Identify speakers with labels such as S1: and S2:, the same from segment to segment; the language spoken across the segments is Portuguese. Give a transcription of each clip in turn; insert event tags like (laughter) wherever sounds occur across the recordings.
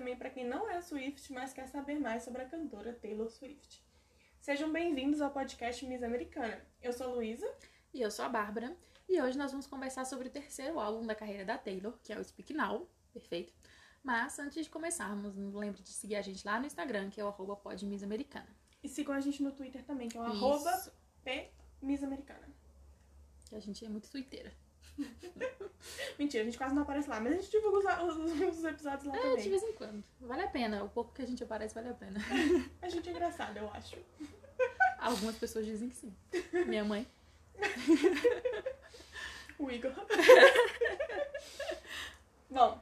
S1: Taylor é Swift, mas quer saber mais sobre a cantora Taylor Swift. Sejam bem-vindos ao podcast Miss Americana. Eu sou a Luísa.
S2: E eu sou a Bárbara. E hoje nós vamos conversar sobre o terceiro álbum da carreira da Taylor, que é o Speak Now. Perfeito. Mas antes de começarmos, não lembre de seguir a gente lá no Instagram, que é o arroba podmissamericana.
S1: E sigam a gente no Twitter também, que é o
S2: Isso.
S1: arroba P Miss Americana.
S2: Que a gente é muito tuiteira.
S1: Mentira, a gente quase não aparece lá, mas a gente divulga os, os- os episódios lá
S2: É,
S1: também.
S2: de vez em quando. Vale a pena. O pouco que a gente aparece vale a pena. (laughs)
S1: A gente é engraçada, eu acho.
S2: Algumas pessoas dizem que sim. Minha mãe.
S1: O Igor. Bom,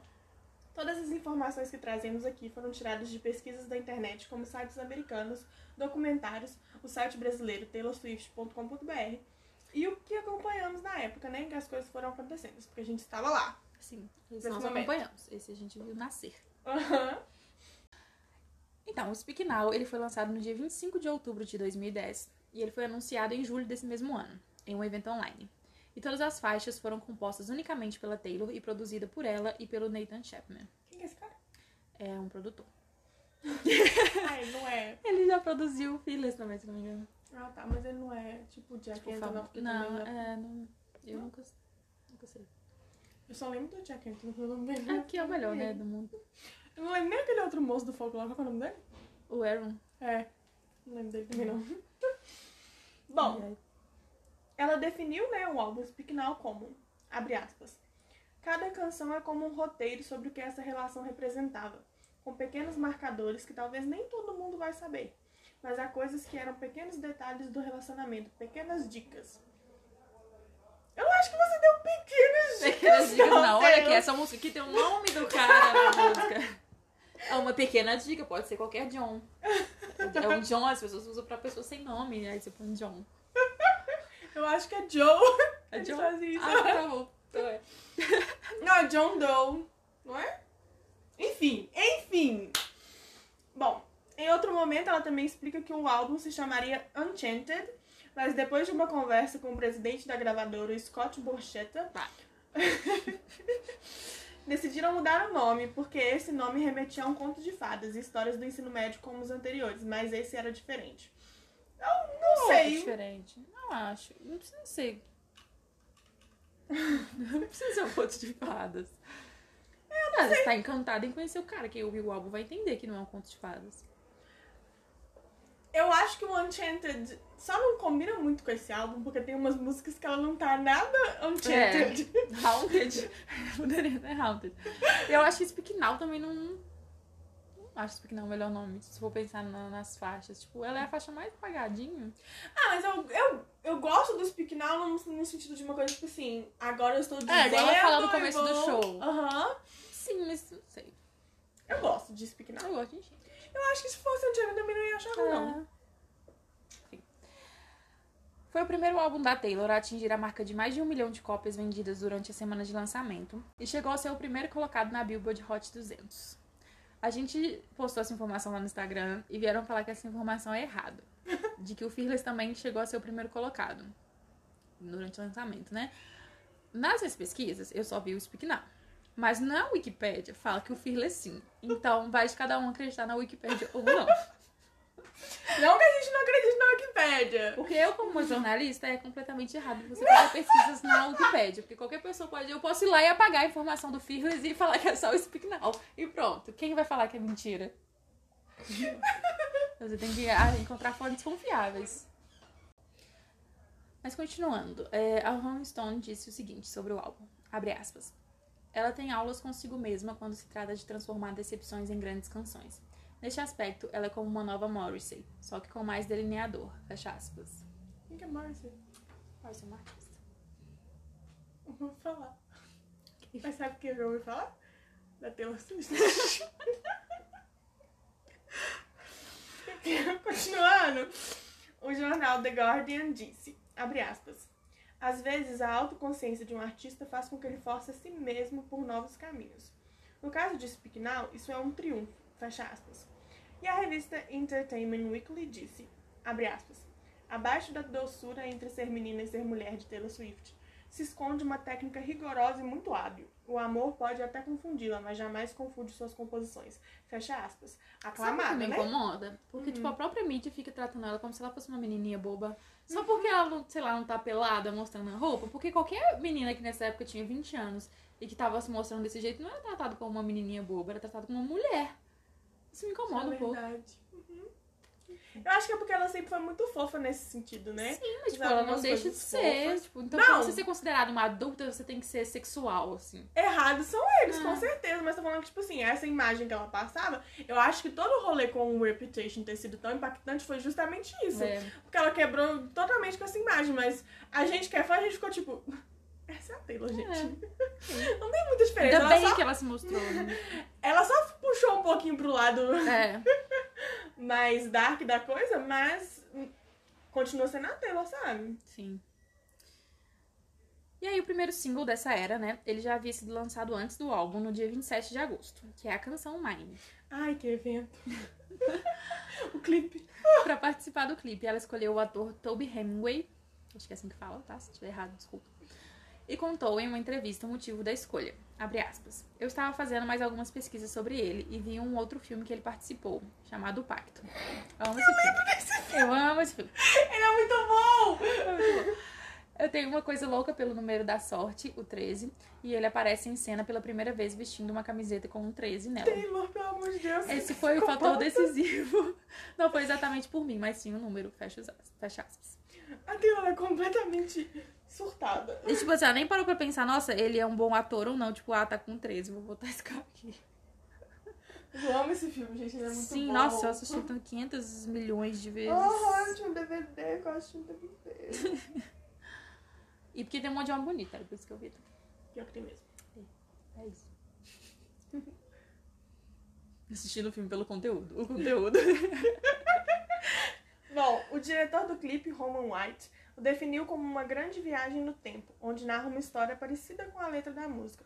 S1: todas as informações que trazemos aqui foram tiradas de pesquisas da internet, como sites americanos, documentários, o site brasileiro taylorswift.com.br e o que acompanhamos na época, né? Que as coisas foram acontecendo, porque a gente estava lá.
S2: Sim, esse
S1: Nesse
S2: nós
S1: momento.
S2: acompanhamos. Esse a gente viu nascer.
S1: Aham.
S2: Então, o Speak Now ele foi lançado no dia 25 de outubro de 2010 e ele foi anunciado em julho desse mesmo ano, em um evento online. E todas as faixas foram compostas unicamente pela Taylor e produzida por ela e pelo Nathan Chapman,
S1: Quem que é esse cara?
S2: é um produtor.
S1: Ai, não é.
S2: Ele já produziu Fearless também, se não me engano.
S1: Ah, tá, mas ele não é tipo Jack
S2: O
S1: Anton,
S2: famo-
S1: não. porque
S2: não,
S1: também não-
S2: é, não, eu
S1: Não?
S2: nunca, nunca sei.
S1: Eu só lembro do Jack Anton, eu não lembro.
S2: Aqui é o melhor, né,
S1: dele.
S2: do mundo.
S1: Eu não lembro nem aquele outro moço do folclore, qual que é o nome dele?
S2: O Aaron.
S1: É, não lembro dele também não. (laughs) Bom,
S2: ele é-
S1: ela definiu né, o álbum Speak Now como, abre aspas, cada canção é como um roteiro sobre o que essa relação representava, com pequenos marcadores que talvez nem todo mundo vai saber, mas há coisas que eram pequenos detalhes do relacionamento, pequenas dicas. Eu acho que você deu pequenas dicas.
S2: Pequenas dicas,
S1: não,
S2: não. Olha aqui,
S1: Taylor.
S2: essa música aqui tem o nome do cara na música. É uma pequena dica, pode ser qualquer John. É um John, as pessoas usam pra pessoa sem nome, né? Aí você põe John.
S1: Eu acho que é Joe.
S2: É
S1: Eles
S2: John?
S1: fazem isso.
S2: Ah, tá bom. Então é.
S1: Não, é John Doe, não é? Enfim, enfim. Bom, em outro momento ela também explica que o álbum se chamaria Enchanted, mas depois de uma conversa com o presidente da gravadora, o Scott Borchetta,
S2: Tá.
S1: (laughs) decidiram mudar o nome, porque esse nome remetia a um conto de fadas e histórias do ensino médio como os anteriores, mas esse era diferente. Eu não
S2: É
S1: sei.
S2: diferente. Não acho. Não precisa ser. (laughs) Não precisa ser um conto de fadas. É, não Você tá encantada em conhecer o cara. Quem ouviu o álbum vai entender que não é um conto de fadas.
S1: Eu acho que o Enchanted só não combina muito com esse álbum, porque tem umas músicas que ela não tá nada Enchanted.
S2: É. Haunted. (laughs) Poderia ser Haunted. Eu acho que Speak Now também não. Não acho Speak Now o melhor nome. Se for pensar na- nas faixas. Tipo, ela é a faixa mais apagadinha.
S1: (laughs) Ah, mas eu, eu, eu gosto do Speak Now no, no sentido de uma coisa tipo assim, agora eu estou dizendo...
S2: É, igual ela fala no
S1: eu
S2: começo do
S1: vou-
S2: show.
S1: Aham.
S2: Sim, mas não sei.
S1: Eu gosto de Speak Now.
S2: Eu gosto de encher.
S1: Eu acho que se fosse um Jamie também não ia achar
S2: É.
S1: ruim, não.
S2: Não. Ah. Enfim. Foi o primeiro álbum da Taylor a atingir a marca de mais de um milhão de cópias vendidas durante a semana de lançamento e chegou a ser o primeiro colocado na Billboard Hot 200. A gente postou essa informação lá no Instagram e vieram falar que essa informação
S1: (laughs)
S2: é errada. De que o Fearless também chegou a ser o primeiro colocado durante o lançamento, né? Nas minhas pesquisas, eu só vi o Speak Now. Mas na Wikipédia fala que o Fearless sim. Então vai de cada um acreditar na Wikipédia ou não.
S1: Não que a gente não acredite na Wikipédia.
S2: Porque eu, como jornalista, é completamente errado você fazer pesquisas na Wikipédia. Porque qualquer pessoa pode. Eu posso ir lá e apagar a informação do Fearless e falar que é só o Speak Now. E pronto. Quem vai falar que é mentira? Você tem que ah, encontrar fontes confiáveis. Mas continuando, é, a Rolling Stone disse o seguinte sobre o álbum. Abre aspas. Ela tem aulas consigo mesma quando se trata de transformar decepções em grandes canções. Neste aspecto, ela é como uma nova Morrissey, só que com mais delineador. Fecha aspas.
S1: Quem que é Marcy?
S2: Morrissey é um artista.
S1: Eu vou falar. Mas sabe o que eu ouvi falar? Da Taylor Swift. (laughs) Continuando, o jornal The Guardian disse, abre aspas, às vezes a autoconsciência de um artista faz com que ele force a si mesmo por novos caminhos. No caso de Speak Now, isso é um triunfo, fecha aspas. E a revista Entertainment Weekly disse, abre aspas, abaixo da doçura entre ser menina e ser mulher de Taylor Swift, se esconde uma técnica rigorosa e muito hábil. O amor pode até confundi-la, mas jamais confunde suas composições. Fecha aspas.
S2: Sabe o
S1: Aclamada,
S2: que me
S1: né?
S2: incomoda? Porque, tipo, a
S1: Uhum.
S2: própria mídia fica tratando ela como se ela fosse uma menininha boba. Só
S1: Uhum.
S2: porque ela, não, sei lá, não tá pelada mostrando a roupa. Porque qualquer menina que nessa época tinha 20 anos e que tava se mostrando desse jeito não era tratada como uma menininha boba, era tratada como uma mulher. Isso me incomoda um pouco.
S1: É verdade. Uhum. Eu acho que é porque ela sempre foi muito fofa nesse sentido, né?
S2: Sim, mas, tipo,
S1: Usava
S2: ela não
S1: umas
S2: deixa de
S1: coisas
S2: ser.
S1: fofas.
S2: Tipo, então,
S1: Não.
S2: pra você ser considerada uma adulta, você tem que ser sexual, assim.
S1: Errados são eles,
S2: Ah.
S1: com certeza. Mas tô falando que, tipo assim, essa imagem que ela passava, eu acho que todo o rolê com o Reputation ter sido tão impactante foi justamente isso.
S2: É.
S1: Porque ela quebrou totalmente com essa imagem, mas a gente que é fã, a gente ficou tipo. (laughs) Essa é a Taylor, gente. Não tem muita diferença.
S2: Ainda
S1: Ela
S2: bem
S1: só,
S2: que ela se mostrou.
S1: (laughs)
S2: né?
S1: ela só puxou um pouquinho pro lado
S2: É.
S1: mais dark da coisa, mas hum, continua sendo a Taylor, sabe?
S2: Sim. E aí, o primeiro single dessa era, né? Ele já havia sido lançado antes do álbum, no dia 27 de agosto, que é a canção Mine.
S1: Ai, que
S2: (laughs)
S1: evento. o clipe.
S2: Pra participar do clipe, ela escolheu o ator Toby Hemingway, acho que é assim que fala, tá? Se tiver errado, desculpa. E contou em uma entrevista o motivo da escolha. Abre aspas. Eu estava fazendo mais algumas pesquisas sobre ele e vi um outro filme que ele participou, chamado O Pacto. Eu amo esse filme. Eu amo esse filme.
S1: Ele é muito bom!
S2: Eu tenho uma coisa louca pelo número da sorte, o 13, e ele aparece em cena pela primeira vez vestindo uma camiseta com um 13 nela.
S1: Taylor, pelo amor de Deus.
S2: Esse foi o fator decisivo. (laughs) Não foi exatamente por mim, mas sim o número. Fecha, os aspas, fecha aspas.
S1: A Taylor é completamente surtada.
S2: E tipo assim, ela nem parou pra pensar, nossa, ele é um bom ator ou não. Tipo, ah, tá com 13, vou botar esse cara aqui.
S1: Eu amo esse filme, gente. Ele é muito
S2: Sim,
S1: bom.
S2: nossa, eu assisti então 500 milhões de vezes.
S1: Oh, eu tinha um DVD, eu acho um
S2: (laughs)
S1: DVD.
S2: E porque tem um monte de homem bonito, era por isso que eu vi.
S1: Pior que tem mesmo.
S2: É isso. (laughs) Assistindo o filme pelo conteúdo.
S1: (laughs)
S2: O conteúdo.
S1: Bom, o diretor do clipe, Roman White, o definiu como uma grande viagem no tempo, onde narra uma história parecida com a letra da música,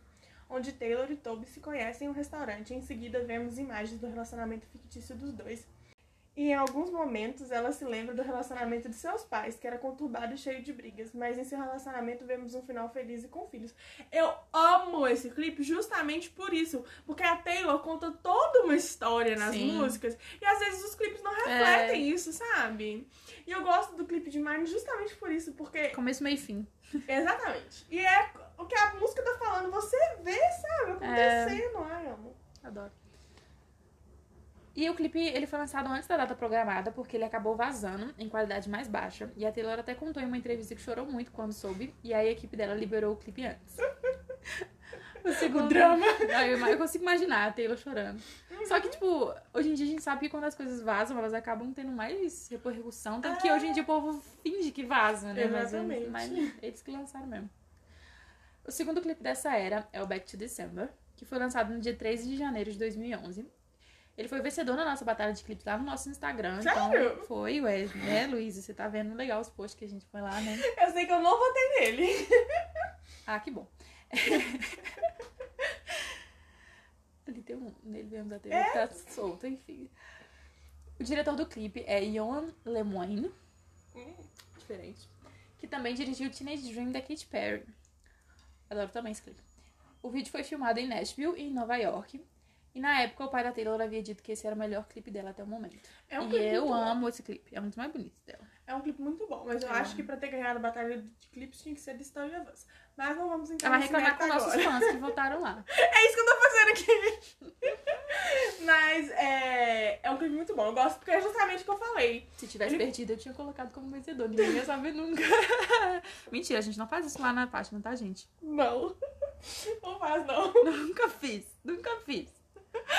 S1: onde Taylor e Toby se conhecem em um restaurante e em seguida vemos imagens do relacionamento fictício dos dois. E em alguns momentos ela se lembra do relacionamento de seus pais, que era conturbado e cheio de brigas, mas em seu relacionamento vemos um final feliz e com filhos. Eu amo esse clipe justamente por isso, porque a Taylor conta toda uma história nas
S2: Sim.
S1: músicas e às vezes os clipes
S2: É.
S1: não refletem isso, sabe? E eu gosto do clipe de Mine justamente por isso, porque.
S2: Começo, meio e fim.
S1: Exatamente. E é o que a música tá falando, você vê, sabe? Acontecendo.
S2: É.
S1: Ai, amo.
S2: Adoro. E o clipe ele foi lançado antes da data programada, porque ele acabou vazando em qualidade mais baixa. E a Taylor até contou em uma entrevista que chorou muito quando soube, e aí a equipe dela liberou o
S1: (laughs)
S2: clipe antes. O segundo
S1: drama.
S2: Não, eu, eu consigo imaginar a Taylor chorando. Só que, tipo, hoje em dia a gente sabe que quando as coisas vazam, elas acabam tendo mais repercussão. Tanto que hoje em dia o povo finge que vaza, né? Mas-
S1: Ah. Exatamente.
S2: Mas, eles que lançaram mesmo. O segundo clipe dessa era é o Back to December, que foi lançado no dia 13 de janeiro de 2011. Ele foi vencedor na nossa batalha de clipes lá no nosso Instagram.
S1: Sério?
S2: Então foi, ué, né, Luísa? Você tá vendo legal os posts que a gente foi lá, né?
S1: Eu sei que eu não votei nele.
S2: Ah,
S1: (laughs)
S2: que bom. Ali tem um. Nele mesmo da
S1: É?
S2: TV que tá solto, enfim. O diretor do clipe é Ion Lemoine,
S1: Hum.
S2: diferente. Que também dirigiu Teenage Dream da Katy Perry. Adoro também esse clipe. O vídeo foi filmado em Nashville e em Nova York. E na época o pai da Taylor havia dito que esse era o melhor clipe dela até o momento.
S1: É um
S2: e
S1: clipe
S2: eu
S1: muito bom.
S2: amo esse clipe. É um dos mais bonitos dela.
S1: É um clipe muito bom, mas eu
S2: Eu
S1: acho
S2: amo.
S1: que pra ter ganhado a batalha de clipes tinha que ser de Story of Us. Mas não vamos entrar
S2: Ela vai
S1: nesse mérito
S2: reclamar com nossos
S1: É um agora. (laughs)
S2: fãs que votaram lá.
S1: É isso que eu tô fazendo aqui. mas é, é um clipe muito bom. Eu gosto porque é justamente o que eu falei.
S2: Se tivesse
S1: Ele-
S2: perdido, eu tinha colocado como vencedor. Ninguém ia saber nunca. (laughs) Mentira, a gente não faz isso lá na página, tá, (laughs) gente?
S1: Não. (laughs) Não faz, não.
S2: Nunca fiz. Nunca fiz.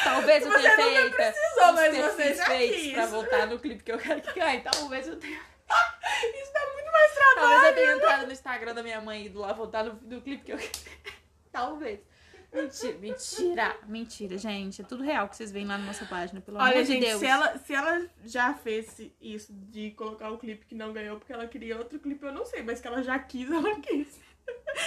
S2: Talvez eu
S1: Você
S2: tenha
S1: nunca
S2: feito.
S1: precisou,
S2: uns
S1: mas você
S2: perfis
S1: já
S2: fakes
S1: quis.
S2: Pra voltar no clipe que eu quero que ganhe. Talvez eu (laughs) tenha.
S1: Isso dá muito mais trabalho.
S2: Talvez eu tenha entrado no Instagram da minha mãe e ido lá voltar no, no clipe que eu quero. (laughs) Talvez. Mentira, mentira, mentira, gente. É tudo real que vocês veem lá na nossa página, pelo amor
S1: Olha,
S2: de
S1: gente,
S2: Deus.
S1: se ela, se ela já fez isso de colocar o clipe que não ganhou porque ela queria outro clipe, eu não sei, mas que ela já quis, ela
S2: (laughs)
S1: quis.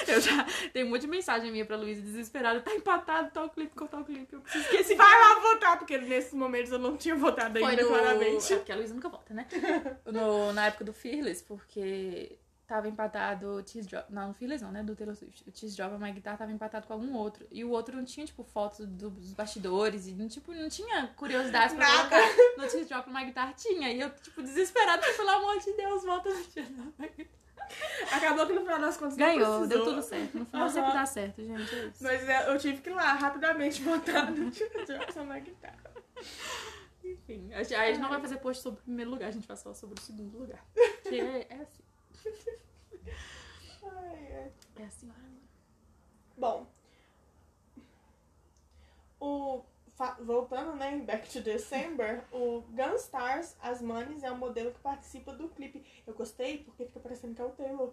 S2: Eu já tenho um monte de mensagem minha pra Luísa desesperada. Tá empatado, tal clipe com tal clipe. Eu preciso que esse
S1: Vai lá votar, porque nesses momentos eu não tinha votado
S2: Foi
S1: ainda,
S2: no...
S1: claramente.
S2: (laughs) É porque a Luísa nunca volta, né? No- na época do Fearless, porque tava empatado o Tears Drop. Não, no Fearless não, né? Do Taylor Swift. O Tears Drop, a My Guitar, tava empatado com algum outro. E o outro não tinha, tipo, fotos do- dos bastidores. E, não, tipo, não tinha curiosidade pra
S1: Nada.
S2: colocar. No Tears Drop, a My Guitar tinha. E eu, tipo, desesperada, tipo, pelo amor de Deus, volta no Tears Drop.
S1: Acabou que no final das contas
S2: é. Ganhou,
S1: não
S2: deu
S1: precisou.
S2: tudo certo. No final
S1: Aham.
S2: sempre dá certo, gente. É isso.
S1: Mas é, eu tive que ir lá rapidamente (laughs) botar no Tio Jackson na guitarra.
S2: Enfim, a gente, a gente não vai fazer post sobre o primeiro lugar, a gente vai falar sobre o segundo lugar. Que é, é assim.
S1: Ai, ai.
S2: É a senhora agora.
S1: Bom, o, fa- voltando, né, back to December, o Gunstars As Manes é o modelo que participa do clipe. Eu gostei porque fica parecendo que é o Taylor.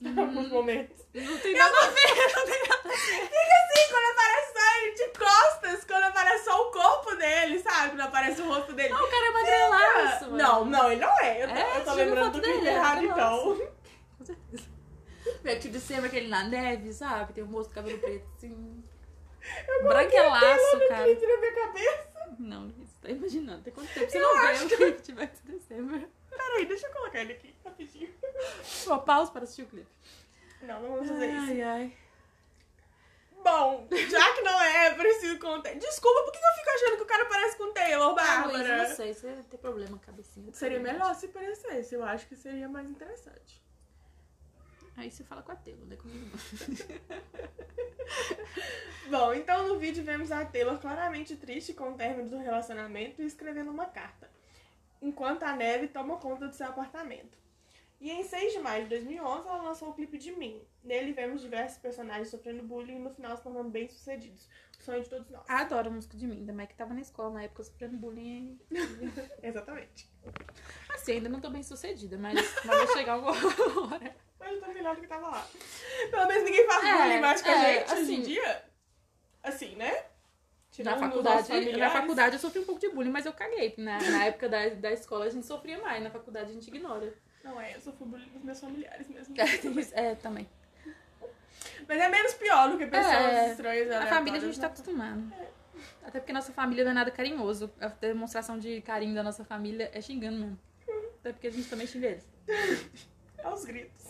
S2: Uhum.
S1: Em (laughs) alguns momentos.
S2: Não tem nada a ver, não tem nada a ver.
S1: Fica assim, quando aparece só ele de costas, quando aparece só o corpo dele, sabe? Quando aparece o rosto dele.
S2: Não, o cara é magrelaço. mano.
S1: não, não, ele não é. Eu tô,
S2: É,
S1: eu tô
S2: tira
S1: lembrando
S2: foto
S1: do clipe
S2: dele, é
S1: errado,
S2: magrelaço.
S1: (laughs) então.
S2: Com certeza. Back to December, aquele na neve, sabe? Tem um moço com cabelo preto, assim. Branquelaço,
S1: Taylor no
S2: cara.
S1: é clipe na minha cabeça.
S2: Não, você tá imaginando. Tem quanto tempo você
S1: Eu
S2: não vê
S1: acho
S2: o clipe de Back to December?
S1: Peraí, deixa eu colocar ele aqui rapidinho.
S2: Ó, pausa para assistir o clipe.
S1: Não, não vamos fazer isso.
S2: Ai, ai.
S1: Bom, já que não é, preciso contar. Desculpa, por que eu fico achando que o cara parece com o Taylor,
S2: Ah, Luiz, eu
S1: Bárbara?
S2: não sei, você tem problema com a cabecinha.
S1: Seria melhor se parecesse, eu acho que seria mais interessante.
S2: Aí você fala com a Telo, né? Comigo não.
S1: Bom, então no vídeo vemos a Taylor claramente triste com o término do relacionamento e escrevendo uma carta, enquanto a neve toma conta do seu apartamento. E em 6 de maio de 2011, ela lançou o clipe de Mim. Nele vemos diversos personagens sofrendo bullying e no final se tornando bem-sucedidos. O sonho de todos nós.
S2: Adoro o músico de mim, ainda mais que tava na escola na época sofrendo bullying.
S1: Exatamente.
S2: Assim, ainda não tô bem sucedida, mas, mas vai chegar alguma (laughs) hora.
S1: Mas eu tô melhor do que tava lá. Pelo menos ninguém faz
S2: É,
S1: bullying mais com a
S2: é,
S1: gente hoje em
S2: assim.
S1: dia. Assim, né?
S2: Na
S1: Tirando os nossos
S2: faculdade, na
S1: familiares.
S2: faculdade eu sofri um pouco de bullying, mas eu caguei. Na, na época da, da escola a gente sofria mais, na faculdade a gente ignora.
S1: Não, é, eu sou bullying dos meus familiares mesmo.
S2: (laughs) É, também.
S1: Mas é menos pior do que pessoas
S2: É,
S1: estranhas.
S2: A família a gente tá
S1: aleatórias, né?
S2: acostumado. Até porque nossa família não é nada carinhoso. A demonstração de carinho da nossa família é xingando mesmo. Até porque a gente também xinga eles.
S1: né? Aos gritos.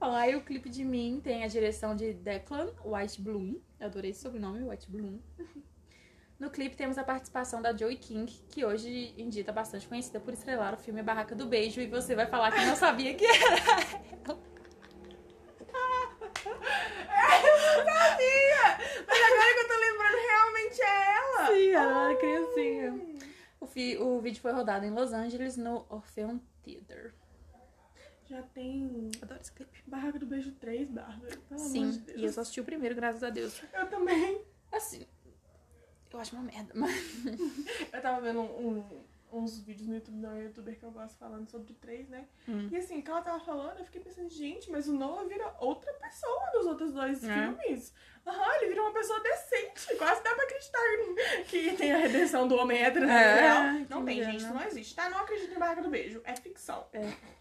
S2: Bom, aí o clipe de mim tem a direção de Declan White Bloom. Eu adorei esse sobrenome, White Bloom. (laughs) No clipe temos a participação da Joey King, que hoje em dia tá bastante conhecida por estrelar o filme A Barraca do Beijo. E você vai falar que não sabia que era.
S1: Sabia! Mas agora que eu tô lembrando, realmente é ela.
S2: ela era criancinha. O, fi- o vídeo foi rodado em Los Angeles, no Orpheum Theater.
S1: Já tem
S2: Adoro esse clipe.
S1: Barraca do Beijo 3, Bárbara. Pelo
S2: Sim,
S1: amor de Deus.
S2: e eu só assisti o primeiro, graças a Deus.
S1: Eu também.
S2: Assim, eu acho uma merda, mas...
S1: Eu tava vendo um- um- uns vídeos no YouTube da youtuber que eu gosto falando sobre três, né?
S2: Hum.
S1: E assim, o que ela tava falando, eu fiquei pensando, gente, mas o Noah vira outra pessoa nos outros dois
S2: É.
S1: filmes. Aham, ele vira uma pessoa decente. Quase dá pra acreditar (laughs) que tem a redenção do homem hétero na vida
S2: É,
S1: real. Não
S2: que
S1: tem,
S2: já
S1: gente,
S2: não.
S1: não existe. Tá? Não acredito em Barraca do Beijo. É ficção.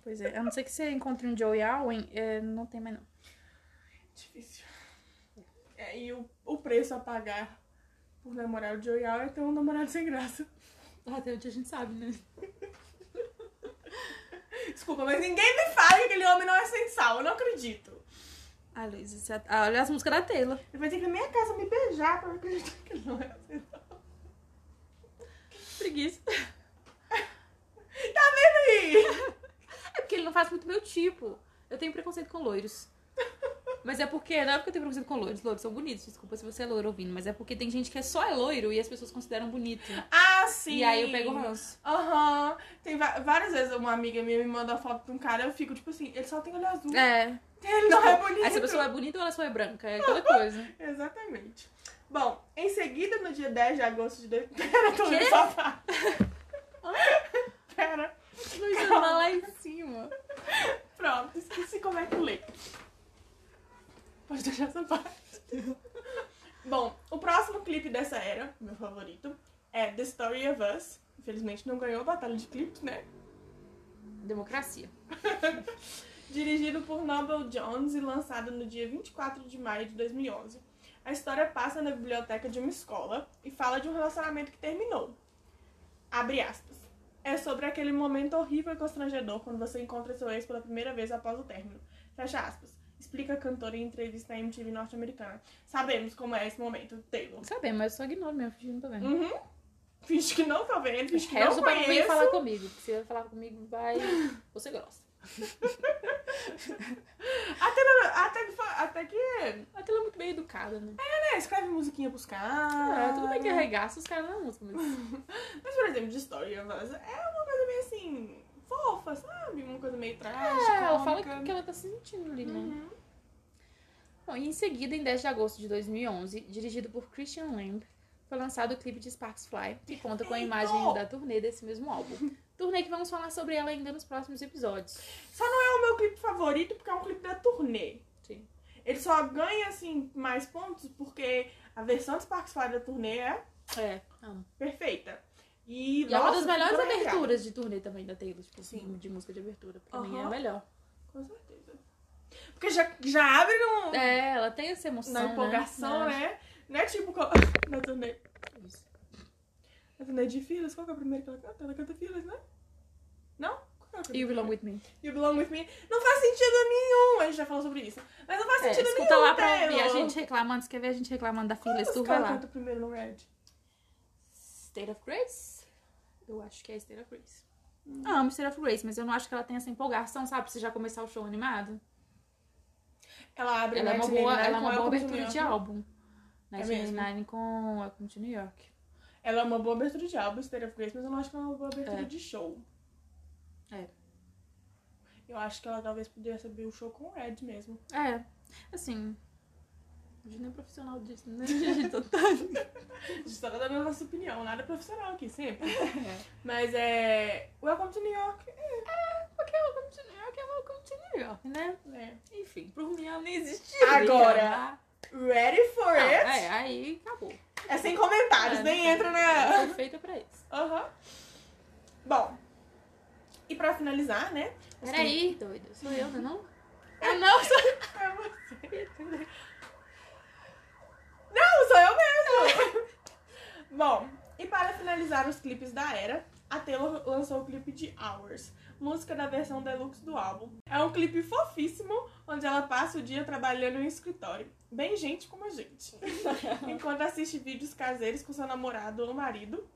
S2: Pois é, a não ser que você encontre um Joey Alwyn, é, não tem mais não.
S1: Difícil. É, e o, o preço a pagar por namorar o Joey Allen é ter um namorado sem graça. (laughs)
S2: Até onde Ah, a gente sabe, né?
S1: Desculpa, mas ninguém me fala que aquele homem não é sem sal. Eu não acredito.
S2: Ah, Luiz, você... ah, olha as músicas da Taylor.
S1: Ele vai ter que ir na minha casa me beijar pra eu acreditar que ele não é assim.
S2: Preguiça.
S1: Tá vendo aí?
S2: É porque ele não faz muito meu tipo. Eu tenho preconceito com loiros. Mas é porque, não é porque eu tenho preconceito com loiros. Loiros são bonitos, desculpa se você é loiro ouvindo. Mas é porque tem gente que é só é loiro e as pessoas consideram bonito.
S1: Ah, sim.
S2: E aí eu pego o ranço.
S1: Aham. Tem va- várias vezes uma amiga minha me manda foto de um cara eu fico tipo assim, ele só tem olho azul.
S2: É.
S1: Ele não é bonito.
S2: Essa pessoa é bonita ou ela só é branca? É aquela coisa.
S1: Exatamente. Bom, em seguida, no dia 10 de agosto de... dois- (laughs) Pera, tô no
S2: Quê?
S1: sofá. (laughs) Pera.
S2: (laughs) Luiz, ela lá em cima.
S1: Pronto, esqueci como é que lê. Pode deixar essa parte. Bom, o próximo clipe dessa era, meu favorito, é The Story of Us. Infelizmente não ganhou a batalha de clipes, né?
S2: Democracia.
S1: Dirigido por Noble Jones e lançado no dia 24 de maio de 2011. A história passa na biblioteca de uma escola e fala de um relacionamento que terminou. Abre aspas. é sobre aquele momento horrível e constrangedor quando você encontra seu ex pela primeira vez após o término. Fecha aspas. Explica a cantora em entrevista à MTV norte-americana. Sabemos como é esse momento, Taylor.
S2: Saber, mas eu só ignoro mesmo, fingindo que não tô vendo.
S1: Uhum. Finge que não tá vendo, finge que não
S2: Rezo pra Hum, É, não vir
S1: conhece.
S2: falar comigo. porque Se vai falar comigo, vai. Você gosta.
S1: Até, que fa- até que. É,
S2: Até ela é muito bem educada, né?
S1: escreve musiquinha pros caras.
S2: Ah, tudo bem que arregaça os caras na música, mas.
S1: Mas, por exemplo, de Story of Us, é uma coisa meio assim. fofa, sabe? Uma coisa meio trágica.
S2: É, ela fala
S1: cômica.
S2: o que ela tá sentindo ali, né?
S1: Uhum.
S2: Bom, e em seguida, em 10 de agosto de 2011, dirigido por Christian Lamb, foi lançado o clipe de Sparks Fly, que conta com a imagem
S1: Eita!
S2: da turnê desse mesmo álbum. Turnê que vamos falar sobre ela ainda nos próximos episódios.
S1: É o meu clipe favorito porque é um clipe da turnê.
S2: Sim.
S1: Ele só ganha, assim, mais pontos porque a versão de Sparks Fly da turnê é
S2: É, amo.
S1: perfeita. E,
S2: E é uma
S1: nossa,
S2: das melhores
S1: ficou legal.
S2: aberturas de turnê também da Taylor, tipo,
S1: Sim.
S2: de música de abertura. Pra mim é
S1: Aham.
S2: a melhor.
S1: Com certeza. Porque já, já abre no,
S2: É, ela tem essa emoção,
S1: na
S2: né?
S1: empolgação,
S2: É.
S1: né? Não é tipo. co- (laughs) Na turnê.
S2: Isso.
S1: Na turnê de Fearless, qual que é a primeira que ela canta? Ela canta Fearless, né? Não? Qual que é a
S2: You
S1: primeira?
S2: Belong With Me.
S1: You Belong With Me. Não faz sentido nenhum. A gente já falou sobre isso. Mas não faz
S2: É,
S1: sentido
S2: escuta
S1: Tá nenhum.
S2: lá pra ouvir
S1: Taylor.
S2: a gente reclamando. Se quer ver a gente reclamando da
S1: Qual
S2: filha, tu
S1: música
S2: vai
S1: ela
S2: lá.
S1: canta primeiro no Red?
S2: State of Grace? Eu acho que é State of Grace. Ah, amo State of Grace, mas eu não acho que ela tenha essa empolgação, sabe? Pra você já começar o show animado.
S1: Ela abre
S2: Ela é uma
S1: Night
S2: boa,
S1: Lane né?
S2: ela é
S1: com
S2: uma boa
S1: Elton
S2: abertura
S1: John.
S2: de álbum.
S1: É
S2: Night Nine com Welcome to New York.
S1: Ela é uma boa abertura de álbum, State of Grace, mas eu não acho que ela é uma boa abertura
S2: É.
S1: de show.
S2: É.
S1: Eu acho que ela talvez pudesse abrir o show com o Red mesmo.
S2: É, assim. A gente não é profissional disso, (laughs) né? Gente, total.
S1: A gente tá dando a nossa opinião, nada profissional aqui, sempre. Mas é. Welcome to New York.
S2: Porque Welcome to New York é Welcome to New York, né?
S1: É.
S2: Enfim, por mim ela nem existia. Ah,
S1: Agora. Ready for
S2: Não,
S1: it?
S2: é, aí acabou.
S1: É sem comentários,
S2: É,
S1: nem
S2: não
S1: entra
S2: Ela
S1: na.
S2: Foi feita pra isso.
S1: Aham. Bom. E pra finalizar, né? os
S2: Peraí, doido. Sou eu, não é não? Ah, não, sou
S1: clipes- É você.
S2: eu.
S1: Não, sou eu mesmo! (laughs) Bom, e para finalizar os clipes da era, a Taylor lançou o clipe de Hours, música da versão deluxe do álbum. É um clipe fofíssimo, onde ela passa o dia trabalhando em um escritório. Bem gente como a gente. Enquanto assiste vídeos caseiros com seu namorado ou marido.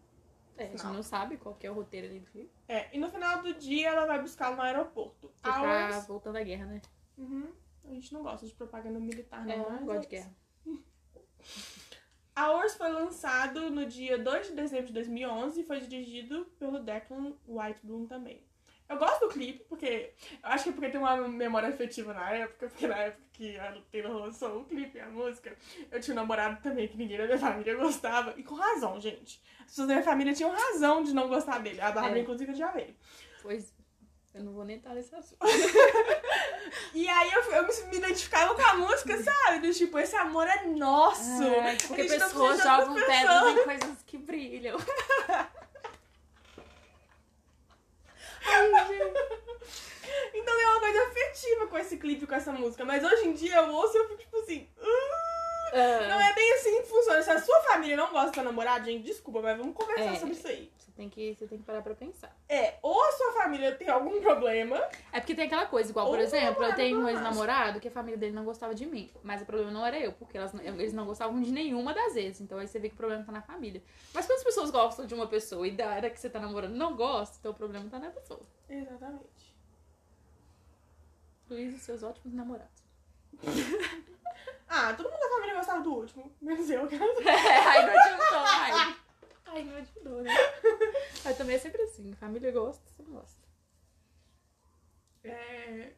S2: É, a gente
S1: Não.
S2: não sabe qual que é o roteiro ali do filme.
S1: É, e no final do dia ela vai buscar no aeroporto.
S2: Que tá
S1: Hours.
S2: voltando à guerra, né?
S1: Uhum. A gente não gosta de propaganda militar, não.
S2: É, eu
S1: mas
S2: não gosto de
S1: é isso.
S2: guerra.
S1: Hours foi lançado no dia 2 de dezembro de 2011 e foi dirigido pelo Declan Whitebloom também. Eu gosto do clipe, porque eu acho que é porque tem uma memória afetiva na época, porque na época que a Taylor lançou o clipe, a música, eu tinha um namorado também que ninguém da minha família gostava, e com razão, gente. As pessoas da minha família tinham razão de não gostar dele, a Bárbara,
S2: É.
S1: inclusive, eu já veio.
S2: Pois, eu não vou nem estar nesse assunto.
S1: Ah, E aí eu, eu me- me identificava com a música, sabe? Do tipo, esse amor é nosso.
S2: É,
S1: tipo, A
S2: porque
S1: gente não
S2: pessoas
S1: precisa de outra
S2: jogam
S1: pessoa.
S2: pedras em coisas que brilham. Ai, gente.
S1: (laughs) Então tem uma coisa afetiva com esse clipe, com essa música. Mas hoje em dia eu ouço e eu fico tipo assim. "Ah". Não é bem assim que funciona. Se a sua família não gosta do seu namorado, gente, desculpa, mas vamos conversar
S2: É.
S1: sobre isso aí.
S2: Você tem, que, você tem que parar pra pensar.
S1: É, ou a sua família tem algum problema.
S2: É porque tem aquela coisa, igual, por
S1: Ou é
S2: exemplo, eu
S1: namorado,
S2: tenho um
S1: namorado.
S2: ex-namorado que a família dele não gostava de mim. Mas o problema não era eu, porque elas, não- eles não gostavam de nenhuma das vezes. Então aí você vê que o problema tá na família. Mas quando as pessoas gostam de uma pessoa e da área que você tá namorando não gosta, então o problema tá na pessoa.
S1: Exatamente.
S2: Luiz e seus ótimos namorados.
S1: Ah, todo mundo da família gostava do último. (laughs) Menos eu, que
S2: (laughs) ai, não adiantou, ai. Ai, não adiantou, né? Mas também é sempre assim, família gosta, você não gosta.
S1: É.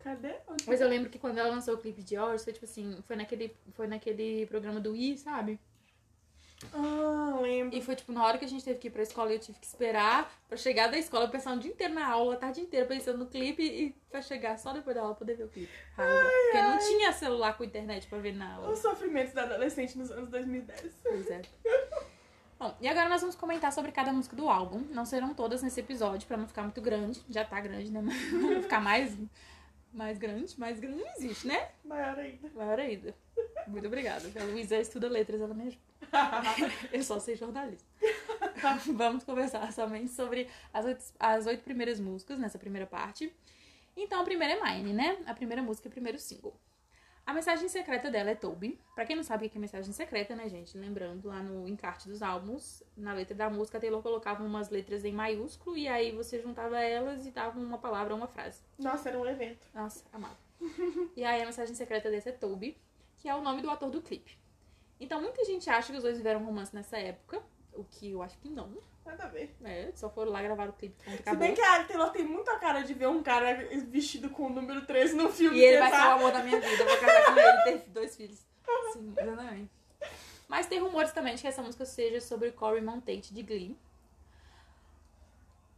S1: Cadê? Onde-
S2: Mas eu lembro que quando ela lançou o clipe de Hours, foi tipo assim, foi naquele, foi naquele programa do I, sabe?
S1: Ah, lembro.
S2: E foi tipo, na hora que a gente teve que ir pra escola, eu tive que esperar pra chegar da escola, pensar um dia inteiro na aula, a tarde inteira pensando no clipe e pra chegar só depois da aula poder ver o clipe. Raiva. Porque não tinha celular com internet pra ver na aula.
S1: Os sofrimentos da adolescente nos anos 2010.
S2: Pois é. Bom, e agora nós vamos comentar sobre cada música do álbum. Não serão todas nesse episódio, pra não ficar muito grande. Já tá grande, né? (laughs) Mas não ficar mais, mais grande. Mais grande não existe, né?
S1: Maior ainda.
S2: Maior ainda. Muito obrigada. A Luísa estuda letras, ela me ajuda. Eu só sei jornalista. Vamos conversar somente sobre as oito, as oito primeiras músicas nessa primeira parte. Então, a primeira é Mine, né? A primeira música e o primeiro single. A mensagem secreta dela é Toby. Pra quem não sabe o que é mensagem secreta, né, gente? Lembrando, lá no encarte dos álbuns, na letra da música, a Taylor colocava umas letras em maiúsculo e aí você juntava elas e dava uma palavra ou uma frase.
S1: Nossa, era um evento.
S2: Nossa, amava. (laughs) e aí a mensagem secreta desse é Toby, que é o nome do ator do clipe. Então muita gente acha que os dois viveram um romance nessa época, o que eu acho que não.
S1: Nada a ver.
S2: É, só foram lá gravar o clipe quando
S1: Se
S2: acabou.
S1: bem que a Ari Taylor tem muita cara de ver um cara vestido com o número 13 no filme tá-
S2: E ele vai
S1: pensar,
S2: ser o amor da minha vida. Eu vou casar com ele e ter dois filhos. Sim, exatamente. Mas tem rumores também de que essa música seja sobre Corey Monteith de Glee.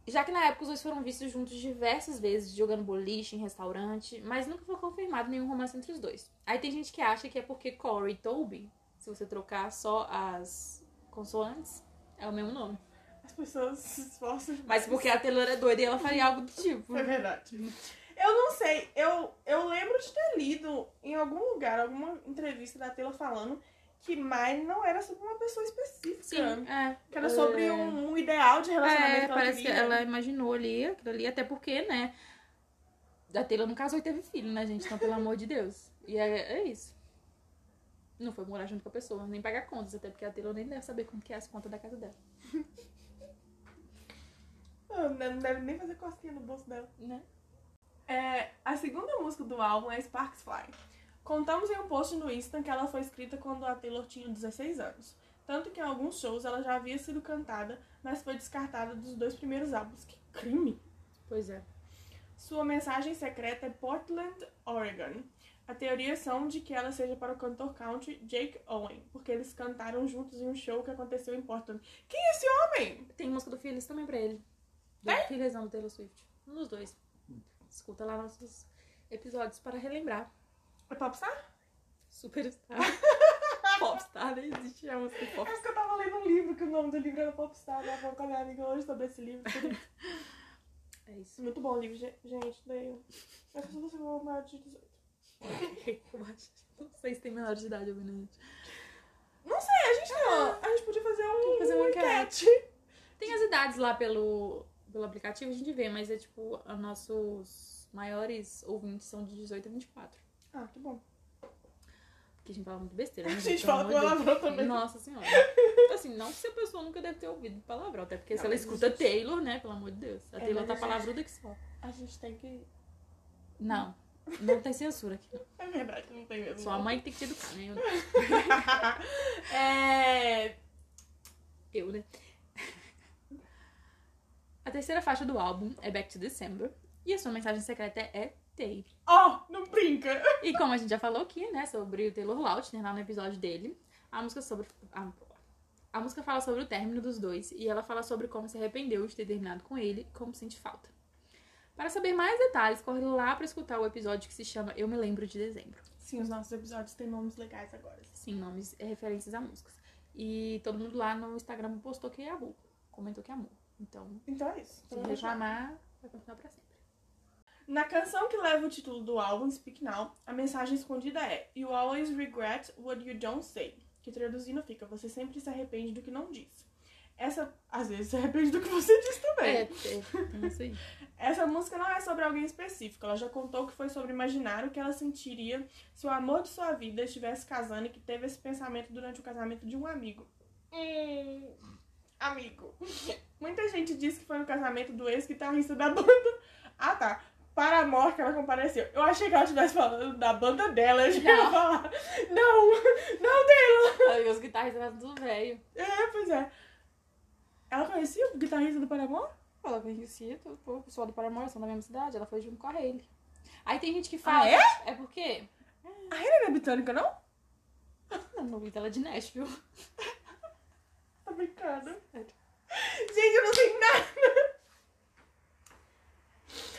S2: Já que na época os dois foram vistos juntos diversas vezes, jogando boliche em restaurante, mas nunca foi confirmado nenhum romance entre os dois. Aí tem gente que acha que é porque Corey e Toby, se você trocar só as consoantes, é o mesmo nome.
S1: As pessoas se esforçam demais.
S2: Mas porque a Taylor é doida e ela faria algo do tipo.
S1: É verdade. Eu não sei, eu, eu lembro de ter lido em algum lugar, alguma entrevista da Taylor falando que Mine não era sobre uma pessoa específica.
S2: é.
S1: Que era sobre um, um ideal de relacionamento.
S2: É,
S1: ela
S2: parece que
S1: queria.
S2: ela imaginou ali aquilo ali, até porque, né? A Taylor não casou e teve filho, né, gente? Então, pelo amor de Deus. E é, é isso. Não foi morar junto com a pessoa, nem pagar contas, até porque a Taylor nem deve saber como que é as contas da casa dela,
S1: Não, Ah, não deve nem fazer cosquinha no bolso dela.
S2: né?
S1: É, a segunda música do álbum é Sparks Fly. Contamos em um post no Insta que ela foi escrita quando a Taylor tinha 16 anos. Tanto que em alguns shows ela já havia sido cantada, mas foi descartada dos dois primeiros álbuns. Que crime!
S2: Pois é.
S1: Sua mensagem secreta é Portland, Oregon. A teoria são de que ela seja para o cantor country Jake Owen, porque eles cantaram juntos em um show que aconteceu em Portland. Quem é esse homem?
S2: Tem música do Phyllis também pra ele. Do é? Phyllis não, do Taylor Swift. Um dos dois. Escuta lá nossos episódios para relembrar.
S1: É Popstar?
S2: (laughs) Superstar. Popstar, nem existe a música pop.
S1: É porque eu tava lendo um livro que o nome do livro era Popstar. Eu tava com a minha amiga hoje sobre esse livro.
S2: É isso. (laughs)
S1: Muito bom o livro, gen- gente. Daí (laughs) eu. Eu sou você com maior de 18.
S2: Eu acho- Não sei se tem menor de idade ouvindo a gente.
S1: Não sei, a gente não. Ah, A gente podia fazer um,
S2: Fazer uma
S1: um
S2: enquete.
S1: enquete.
S2: Tem as idades lá pelo, pelo aplicativo, a gente vê, mas é tipo, os nossos maiores ouvintes são de 18 a 24.
S1: Ah, que bom.
S2: Porque a gente fala muito besteira. né,
S1: A gente
S2: Pelo
S1: fala com
S2: amor de Deus.
S1: ela também.
S2: Nossa senhora. Assim, não que a pessoa nunca deve ter ouvido palavrão, até porque se
S1: Não,
S2: ela
S1: mas
S2: escuta
S1: existe.
S2: Taylor, né? Pelo amor de Deus. A
S1: É,
S2: Taylor
S1: mas
S2: tá
S1: existe.
S2: palavruda que só.
S1: A gente tem que.
S2: Não, não tem censura aqui.
S1: É verdade, não tem mesmo.
S2: Só a mãe que tem que te educar, né? Eu,
S1: é.
S2: eu, né? A terceira faixa do álbum é Back to December. E a sua mensagem secreta é, é Tay.
S1: Ó, não brinca!
S2: E como a gente já falou aqui, né, sobre o Taylor Lautner né, lá no episódio dele, a música sobre a, a música fala sobre o término dos dois e ela fala sobre como se arrependeu de ter terminado com ele, como sente falta. Para saber mais detalhes, corre lá para escutar o episódio que se chama Eu me lembro de dezembro.
S1: Sim, os nossos episódios têm nomes legais agora. assim.
S2: Sim, nomes e referências a músicas. E todo mundo lá no Instagram postou que amou, comentou que amou. Então,
S1: Então é isso.
S2: se
S1: Então vamos lá.
S2: reclamar, vai continuar para sempre.
S1: Na canção que leva o título do álbum, Speak Now, a mensagem escondida é You always regret what you don't say. Que traduzindo fica, você sempre se arrepende do que não diz. Essa, às vezes, se arrepende do que você diz também.
S2: É, é, tem isso (laughs) aí.
S1: Essa música não é sobre alguém específico. Ela já contou que foi sobre imaginar o que ela sentiria se o amor de sua vida estivesse casando e que teve esse pensamento durante o casamento de um amigo. Hum, amigo. (laughs) Muita gente diz que foi no casamento do ex-guitarrista da banda. Ah, tá. Para amor que ela compareceu. Eu achei que ela estivesse falando da banda dela. Eu já ia
S2: Não.
S1: falar. Não, não
S2: Aí Os guitarristas tudo velho.
S1: tem. É, pois é. Ela conhecia o guitarrista do Paramore?
S2: Ela conhecia todo o povo, o pessoal do Paramore, são da mesma cidade, ela foi junto com a ele. Aí tem gente que fala.
S1: Ah,
S2: é? porque.
S1: Ela não é britânica, não?
S2: Não, não vi ela é de Nashville.
S1: Tá brincando.
S2: Sério.
S1: Gente, eu não sei é nada.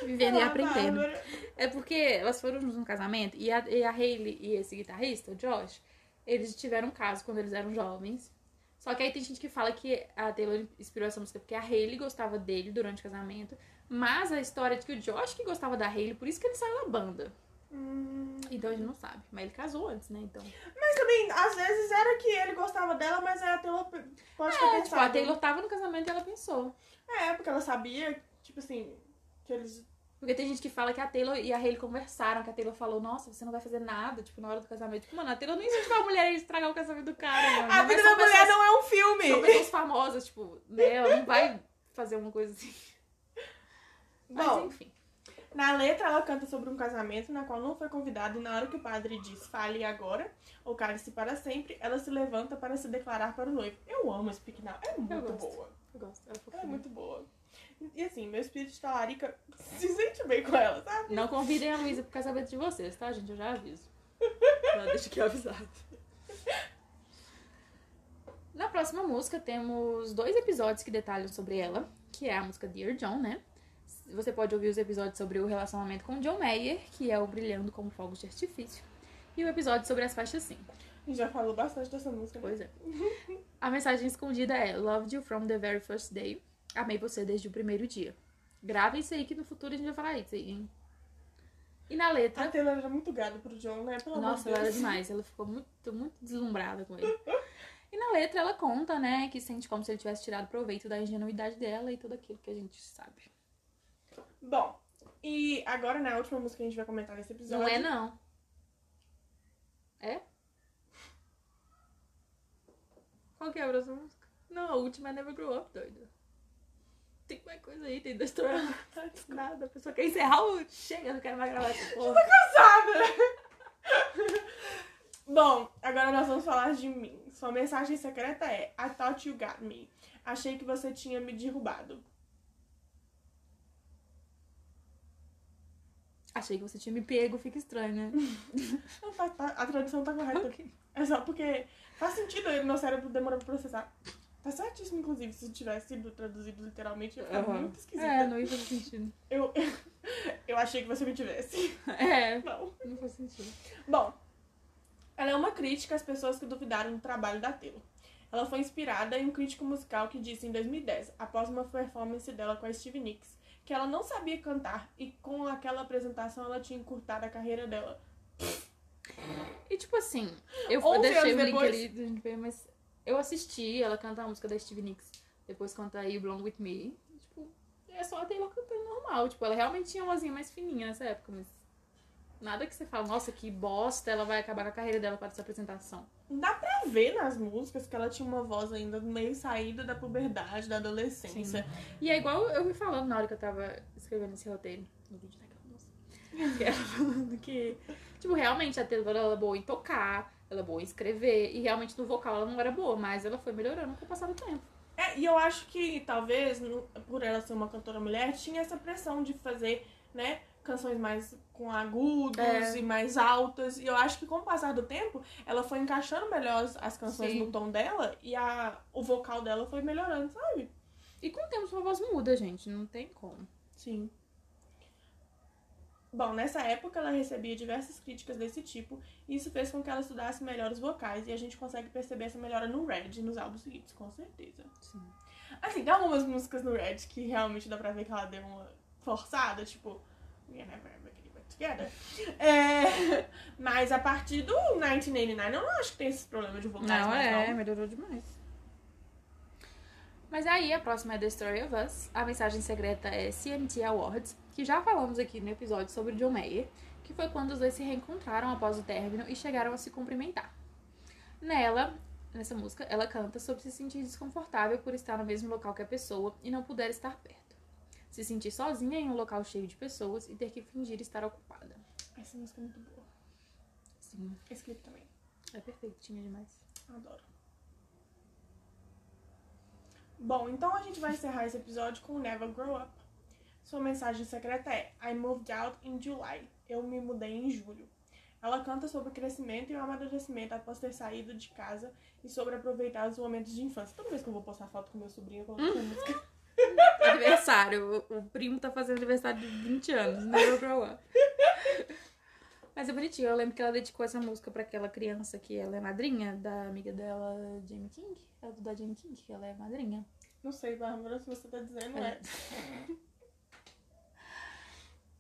S2: Vivendo e
S1: Ah,
S2: aprendendo.
S1: Bárbara.
S2: É porque elas foram juntos no casamento e a, e a Hailey e esse guitarrista, o Josh, eles tiveram um caso quando eles eram jovens. Só que aí tem gente que fala que a Taylor inspirou essa música porque a Hailey gostava dele durante o casamento. Mas a história é de que o Josh que gostava da Hailey, por isso que ele saiu da banda.
S1: Hum.
S2: Então ele não sabe. Mas ele casou antes, né? Então.
S1: Mas também, às vezes era que ele gostava dela, mas a Taylor p- pode ter
S2: É,
S1: pensado.
S2: tipo, a Taylor tava no casamento e ela pensou.
S1: É, porque ela sabia, tipo assim, que eles.
S2: Porque tem gente que fala que a Taylor e a Hailey conversaram, que a Taylor falou, nossa, você não vai fazer nada, tipo, na hora do casamento. Tipo, mano, a Taylor não incentiva a mulher a estragar o casamento do cara, mano.
S1: A
S2: Ah, Mas
S1: vida da
S2: são
S1: mulher
S2: pessoas-
S1: não é um
S2: (laughs) São
S1: filme.
S2: pessoas famosas, tipo, né? Ela não vai fazer uma coisa assim. Mas
S1: Bom,
S2: enfim.
S1: na letra ela canta sobre um casamento na qual não foi convidado e na hora que o padre diz fale agora ou cale-se para sempre, ela se levanta para se declarar para o noivo. Eu amo esse piquenal, é muito
S2: gosto.
S1: boa.
S2: Eu gosto. Ela
S1: Ela
S2: fofinha.
S1: é muito boa. E assim, meu espírito de talarica (laughs) se sente bem com ela, sabe?
S2: Não convidem a Luísa pro casamento de vocês, tá, gente? Eu já aviso. Já deixo aqui avisado. Na próxima música temos dois episódios que detalham sobre ela, que é a música Dear John, né? Você pode ouvir os episódios sobre o relacionamento com John Mayer, que é o Brilhando como Fogos de Artifício, e o episódio sobre as faixas 5.
S1: A gente já falou bastante dessa música. né?
S2: Pois é. A mensagem escondida é Loved you from the very first day. Amei você desde o primeiro dia. Grava isso aí que no futuro a gente vai falar isso aí, hein? E na letra.
S1: A Taylor era muito gada pro John, né? Pelo amor de
S2: é. Nossa, ela é era
S1: Deus.
S2: demais. Ela ficou muito, muito deslumbrada com ele. E na letra ela conta, né, que sente como se ele tivesse tirado proveito da ingenuidade dela e tudo aquilo que a gente sabe.
S1: Bom, e agora na última música que a gente vai comentar nesse episódio.
S2: Não é, não. É? Qual que é a próxima música? Não, a última é Never Grow Up, doida. Tem mais coisa aí, tem dois trollados. Nada, a pessoa quer encerrar o... Chega, eu não quero mais gravar essa porra.
S1: Sabe? (laughs) Bom, agora nós vamos falar de mim. Sua mensagem secreta é I thought you got me. Achei que você tinha me derrubado.
S2: Achei que você tinha me pego, fica estranho, né?
S1: Não, tá- tá- a tradução tá correta.
S2: Ok.
S1: É só porque faz sentido aí, meu cérebro demora pra processar. Tá certíssimo, inclusive, se tivesse sido traduzido literalmente, ia ficar
S2: Aham.
S1: muito esquisito.
S2: É, não ia fazer sentido.
S1: Eu, (laughs) eu achei que você me tivesse.
S2: É,
S1: Não.
S2: não faz sentido.
S1: Bom, ela é uma crítica às pessoas que duvidaram do trabalho da Taylor. Ela foi inspirada em um crítico musical que disse em 2010, após uma performance dela com a Steve Nicks, que ela não sabia cantar e com aquela apresentação ela tinha encurtado a carreira dela.
S2: E tipo assim, eu
S1: 11
S2: deixei o
S1: anos
S2: link
S1: depois.
S2: ali do NPM, mas eu assisti ela cantar a música da Steve Nicks, depois cantar You Belong With Me. Tipo, é só a Taylor cantando normal. Tipo, ela realmente tinha uma vozinha mais fininha nessa época, mas nada que você fala, nossa, que bosta, ela vai acabar com a carreira dela para essa apresentação.
S1: Dá pra ver nas músicas que ela tinha uma voz ainda meio saída da puberdade, da adolescência.
S2: E é igual eu me falando na hora que eu tava escrevendo esse roteiro, no vídeo daquela moça. Que ela (laughs) falando que, tipo, realmente a Taylor ela é boa em tocar, ela é boa em escrever, e realmente no vocal ela não era boa, mas ela foi melhorando com o passar do tempo.
S1: É, e eu acho que talvez, no- por ela ser uma cantora mulher, tinha essa pressão de fazer, né, canções mais com agudos
S2: É.
S1: e mais altas. E eu acho que com o passar do tempo, ela foi encaixando melhor as- as canções
S2: Sim.
S1: no tom dela e a, o vocal dela foi melhorando, sabe?
S2: E com o tempo sua voz muda, gente. Não tem como.
S1: Sim. Bom, nessa época ela recebia diversas críticas desse tipo, e isso fez com que ela estudasse melhor os vocais, e a gente consegue perceber essa melhora no Red e nos álbuns seguintes, com certeza.
S2: Sim.
S1: Assim, tem algumas músicas no Red que realmente dá pra ver que ela deu uma forçada, tipo. We are never ever getting back together. É, mas a partir do 1989, eu não acho que tem esse problema de vocais
S2: Não,
S1: mais
S2: é,
S1: não.
S2: melhorou demais. Mas aí a próxima é The Story of Us. A mensagem secreta é CMT Awards, que já falamos aqui no episódio sobre John Mayer, que foi quando os dois se reencontraram após o término e chegaram a se cumprimentar. Nela, nessa música, ela canta sobre se sentir desconfortável por estar no mesmo local que a pessoa e não puder estar perto. Se sentir sozinha em um local cheio de pessoas e ter que fingir estar ocupada.
S1: Essa música é muito boa.
S2: Sim,
S1: Esse clipe também.
S2: é perfeitinha demais.
S1: Adoro. Bom, então a gente vai encerrar esse episódio com Never Grow Up. Sua mensagem secreta é I moved out in July. Eu me mudei em julho. Ela canta sobre o crescimento e o amadurecimento após ter saído de casa e sobre aproveitar os momentos de infância. Toda vez que eu vou postar foto com meu sobrinho, eu coloco essa música.
S2: aniversário. O, o primo tá fazendo aniversário de 20 anos, never grow up. Mas é bonitinho, eu lembro que ela dedicou essa música pra aquela criança que ela é madrinha da amiga dela, Jamie King. Ela da Jamie King, que ela é madrinha.
S1: né? Não sei, Bárbara, se você tá dizendo, é.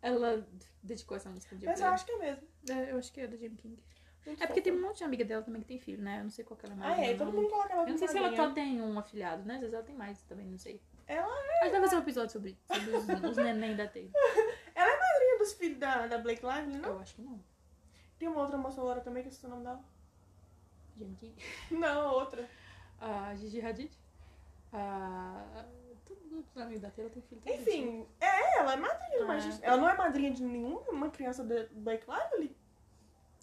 S2: Ela dedicou essa música de
S1: Mas eu acho que é mesmo.
S2: É, eu acho que é da Jim King.
S1: Muito
S2: É porque
S1: fofa.
S2: tem um monte de amiga dela também que tem filho, né? Eu não sei qual que ela é mais.
S1: Ah, é,
S2: eu
S1: todo
S2: não-
S1: mundo coloca ela
S2: Eu não sei se ela
S1: madrinha.
S2: só tem um afilhado, né? Às vezes ela tem mais também, não sei.
S1: Ela
S2: A gente vai fazer um episódio sobre, sobre os, os neném da Taylor.
S1: é dos filhos da, da Blake Lively, não?
S2: Eu acho que não.
S1: Tem uma outra moça loura também, que eu esqueci o nome dela.
S2: Jim King.
S1: Não, outra.
S2: A Gigi Hadid. A... Todos os amigos da Taylor tem filho também.
S1: Enfim, é ela, é madrinha do
S2: Ah,
S1: Manchester.
S2: tá.
S1: Ela não é madrinha de nenhuma criança da Blake Lively?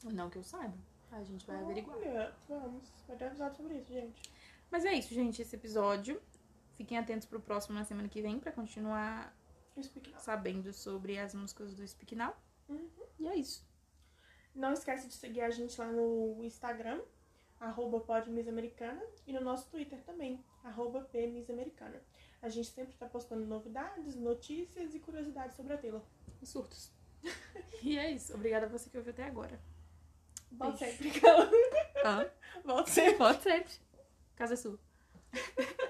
S2: Não que eu saiba. A gente
S1: Hum.
S2: vai averiguar.
S1: Olha, Vamos, vai ter avisado sobre isso, gente.
S2: Mas é isso, gente. Esse episódio. Fiquem atentos pro próximo na semana que vem pra continuar
S1: Speak Now.
S2: sabendo sobre as músicas do Speak Now.
S1: Uhum.
S2: E é isso.
S1: Não esquece de seguir a gente lá no Instagram, arroba podmissamericana, e no nosso Twitter também, arroba pmissamericana. A gente sempre tá postando novidades, notícias e curiosidades sobre a Taylor.
S2: E surtos. (laughs) e é isso. Obrigada a você que ouviu até agora.
S1: Volte (laughs)
S2: Beijo.
S1: sempre, Carla.
S2: Ah,
S1: Volte sempre.
S2: pode sempre. Casa é sua.